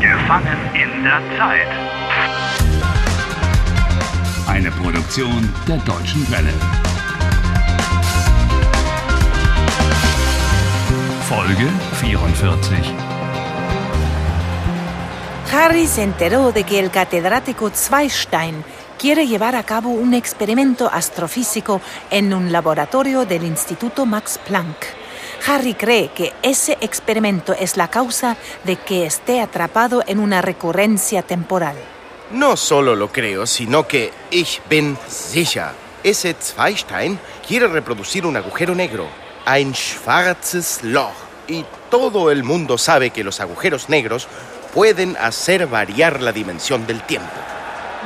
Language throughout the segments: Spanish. Gefangen in der Zeit. Eine Produktion der Deutschen Welle. Folge 44. Harry se enteró de que el catedrático Zweistein quiere llevar a cabo un experimento astrofísico en un laboratorio del Instituto Max Planck. Harry cree que ese experimento es la causa de que esté atrapado en una recurrencia temporal. No solo lo creo, sino que ich bin sicher. Ese Zweistein quiere reproducir un agujero negro, ein schwarzes Loch. Y todo el mundo sabe que los agujeros negros pueden hacer variar la dimensión del tiempo.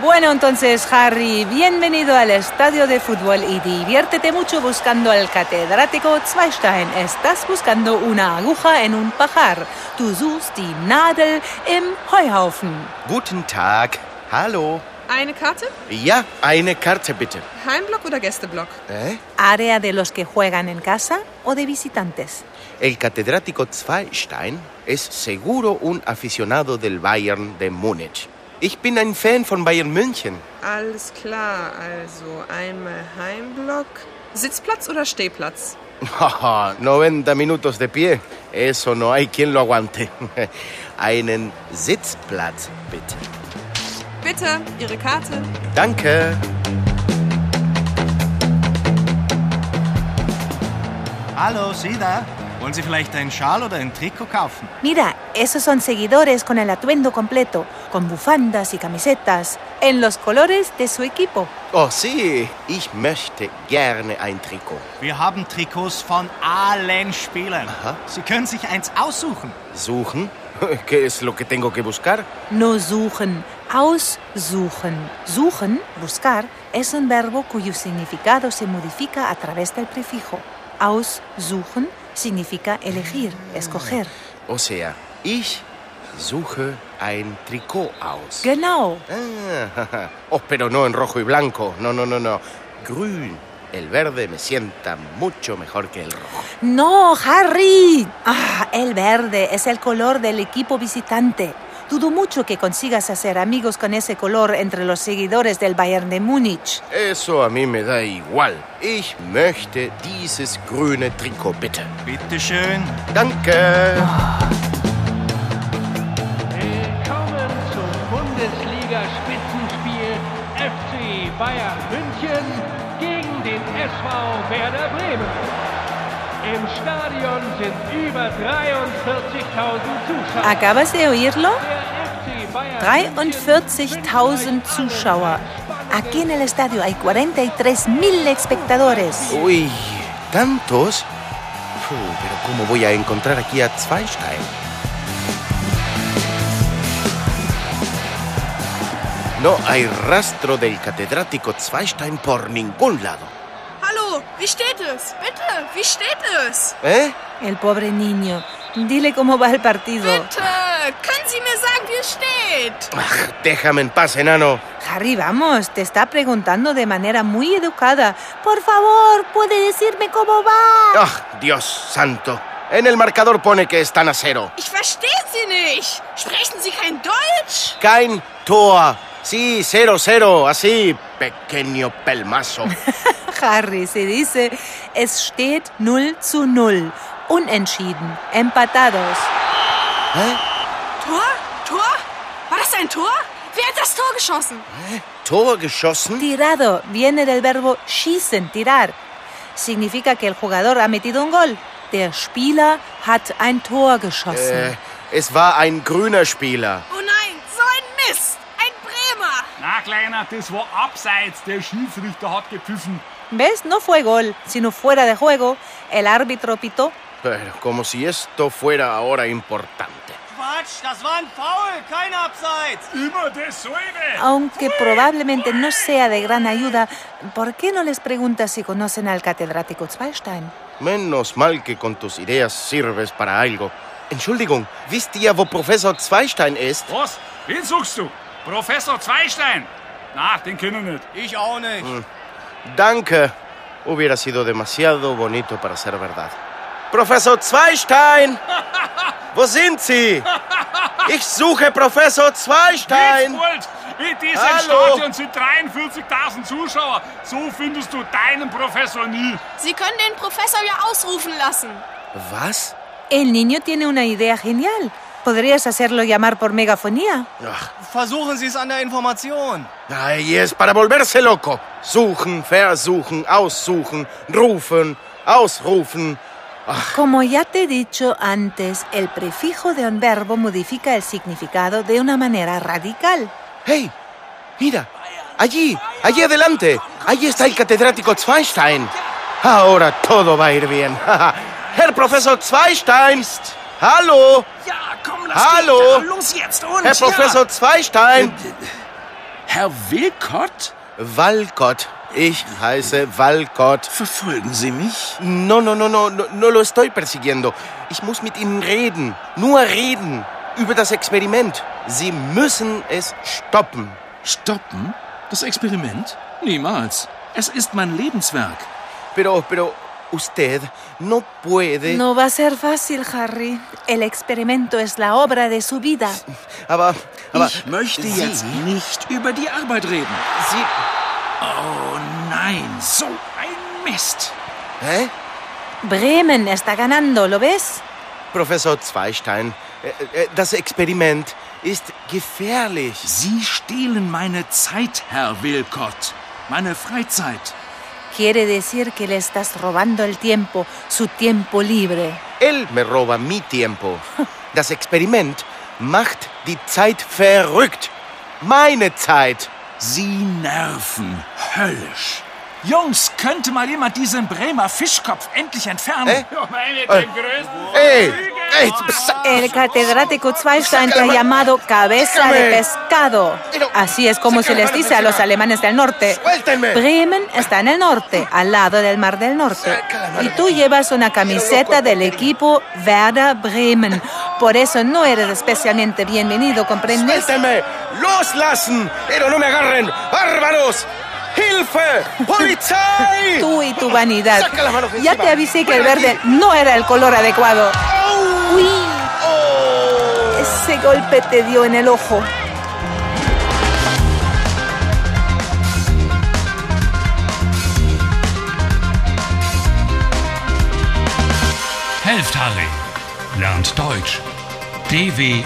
Bueno, entonces, Harry, bienvenido al estadio de fútbol y diviértete mucho buscando al catedrático Zweistein. Estás buscando una aguja en un pajar. Du suchst die Nadel im Heuhaufen. Guten Tag. Hallo. Eine Karte? Ja, eine Karte bitte. Heimblock oder Gästeblock? ¿Eh? ¿Área de los que juegan en casa o de visitantes? El catedrático Zweistein es seguro un aficionado del Bayern de Múnich. Ich bin ein Fan von Bayern München. Alles klar, also einmal Heimblock. Sitzplatz oder Stehplatz? Haha, 90 minutos de pie. Eso no hay quien lo aguante. Einen Sitzplatz bitte. Bitte, Ihre Karte. Danke. Hallo, Sie da? Wollen Sie vielleicht einen Schal oder ein Trikot kaufen? Mira, esos son seguidores con el atuendo completo, con bufandas y camisetas, en los colores de su equipo. Oh, sí. Ich möchte gerne ein Trikot. Wir haben Trikots von allen Spielern. Sie können sich eins aussuchen. ¿Suchen? ¿Qué es lo que tengo que buscar? No suchen, aussuchen. Suchen, buscar, es un verbo cuyo significado se modifica a través del prefijo. Aussuchen significa elegir, escoger. O sea, ich suche ein Trikot aus. Genau. Ah, oh, pero no en rojo y blanco. No, no, no, no. Grün. El verde me sienta mucho mejor que el rojo. No, Harry. Ah, el verde es el color del equipo visitante. Dudo mucho que consigas hacer amigos con ese color entre los seguidores del Bayern de Múnich. Eso a mí me da igual. Ich möchte dieses grüne Trikot, bitte. Bitte schön. Danke. Willkommen zum Bundesliga-Spitzenspiel FC Bayern München gegen den SV Werder Bremen. Im Stadion sind über 43.000 Zuschauer. ¿Acabas de oírlo? Der FC Bayern 43.000 Zuschauer. Aquí en el estadio hay 43.000 espectadores. Uy, ¿tantos? Puh, pero ¿cómo voy a encontrar aquí a Zweistein? No hay rastro del catedrático Zweistein por ningún lado. Hallo, wie steht es? Bitte, wie steht es? ¿Eh? El pobre niño. Dile cómo va el partido. Bitte, können Sie mir sagen, wie es steht? Déjame en paz, enano. Harry, vamos, te está preguntando de manera muy educada. Por favor, ¿puede decirme cómo va? ¡Ah, Dios santo! En el marcador pone que están a cero. Ich verstehe Sie nicht. Sprechen Sie kein Deutsch? Kein Tor. Sí, cero, cero. Así, pequeño pelmazo. Harry, se dice, es steht 0 zu 0. Unentschieden, empatados. Tor? Tor? War das ein Tor? Wer hat das Tor geschossen? Tor geschossen. Tirado viene del verbo schießen, tirar. Significa que el jugador ha metido un gol. Der Spieler hat ein Tor geschossen. Äh, es war ein grüner Spieler. Oh nein, so ein Mist. Ein Bremer. Na, Kleiner, das war abseits. Der Schiedsrichter hat gepfiffen. ¿Ves? No fue gol, sino fuera de juego. El árbitro pitó. Pero como si esto fuera ahora importante. Quatsch, das war ein Foul, kein Abseits. Immer dasselbe. Aunque probablemente no sea de gran ayuda, ¿por qué no les preguntas si conocen al catedrático Zweistein? Menos mal que con tus ideas sirves para algo. Entschuldigung, wisst ihr, wo Professor Zweistein ist? Was? Wen suchst du? Professor Zweistein? Na, den kennen wir nicht. Ich auch nicht. Danke. Hubiera sido demasiado bonito para ser verdad. Professor Zweistein, wo sind Sie? Ich suche Professor Zweistein. Wollt, halt. in diesem Hallo. Stadion sind 43.000 Zuschauer. So findest du deinen Professor nie. Sie können den Professor ja ausrufen lassen. Was? El niño tiene una idea genial. Podrías hacerlo llamar por megafonía. Ach, Versuchen Sie es an der Information. ahí es para volverse loco. Suchen, versuchen, aussuchen, rufen, ausrufen. Como ya te he dicho antes, el prefijo de un verbo modifica el significado de una manera radical. Hey, mira, allí, allí adelante. Allí está el catedrático Zweistein. Ahora todo va a ir bien. Herr Professor Zweistein. Hallo, Ja, komm, das Hallo? geht ja. Los jetzt und Äh, Herr Professor Zweistein. Herr Wilcott, Walcott. Ich heiße Walcott. verfolgen Sie mich? No, no, no, no, no, no lo estoy persiguiendo. Ich muss mit Ihnen reden. Nur reden. Über das Experiment. Sie müssen es stoppen. Stoppen? Das Experiment? Niemals. Es ist mein Lebenswerk. Pero, pero, usted no puede. No va a ser fácil, Harry. El experimento es la obra de su vida. Aber, aber. ich möchte Sie, jetzt nicht über die Arbeit reden. Sie. Oh nein, so ein Mist. Hä? Bremen está ganando, ¿lo ves? Professor Zweistein, äh, äh, das Experiment ist gefährlich. Sie stehlen meine Zeit, Herr Wilcott. Meine Freizeit. Quiere decir que le estás robando el tiempo, su tiempo libre. Él me roba mi tiempo. Das Experiment macht die Zeit verrückt. Meine Zeit. Sie nerven höllisch. Jungs, könnte mal jemand diesen Bremer Fischkopf endlich entfernen? Äh? Ja, meine, der größten Ey, ey, psst, El catedrático Zweistein te ha llamado cabeza de pescado. Así es como se les dice a los alemanes del norte. Bremen está en el norte, al lado del Mar del Norte. Y tú llevas una camiseta del equipo Werder Bremen. Por eso no eres especialmente bienvenido, ¿comprendes? suélteme. Loslassen. Pero no me agarren. Bárbaros. Hilfe. Polizei. Tú y tu vanidad. Saca la mano Ya ofensiva. te avisé que el Ven aquí. Oh. verde no era el color adecuado. Uy, ese golpe te dio en el ojo. Helft Harry. Lernt Deutsch. dw.com/harry.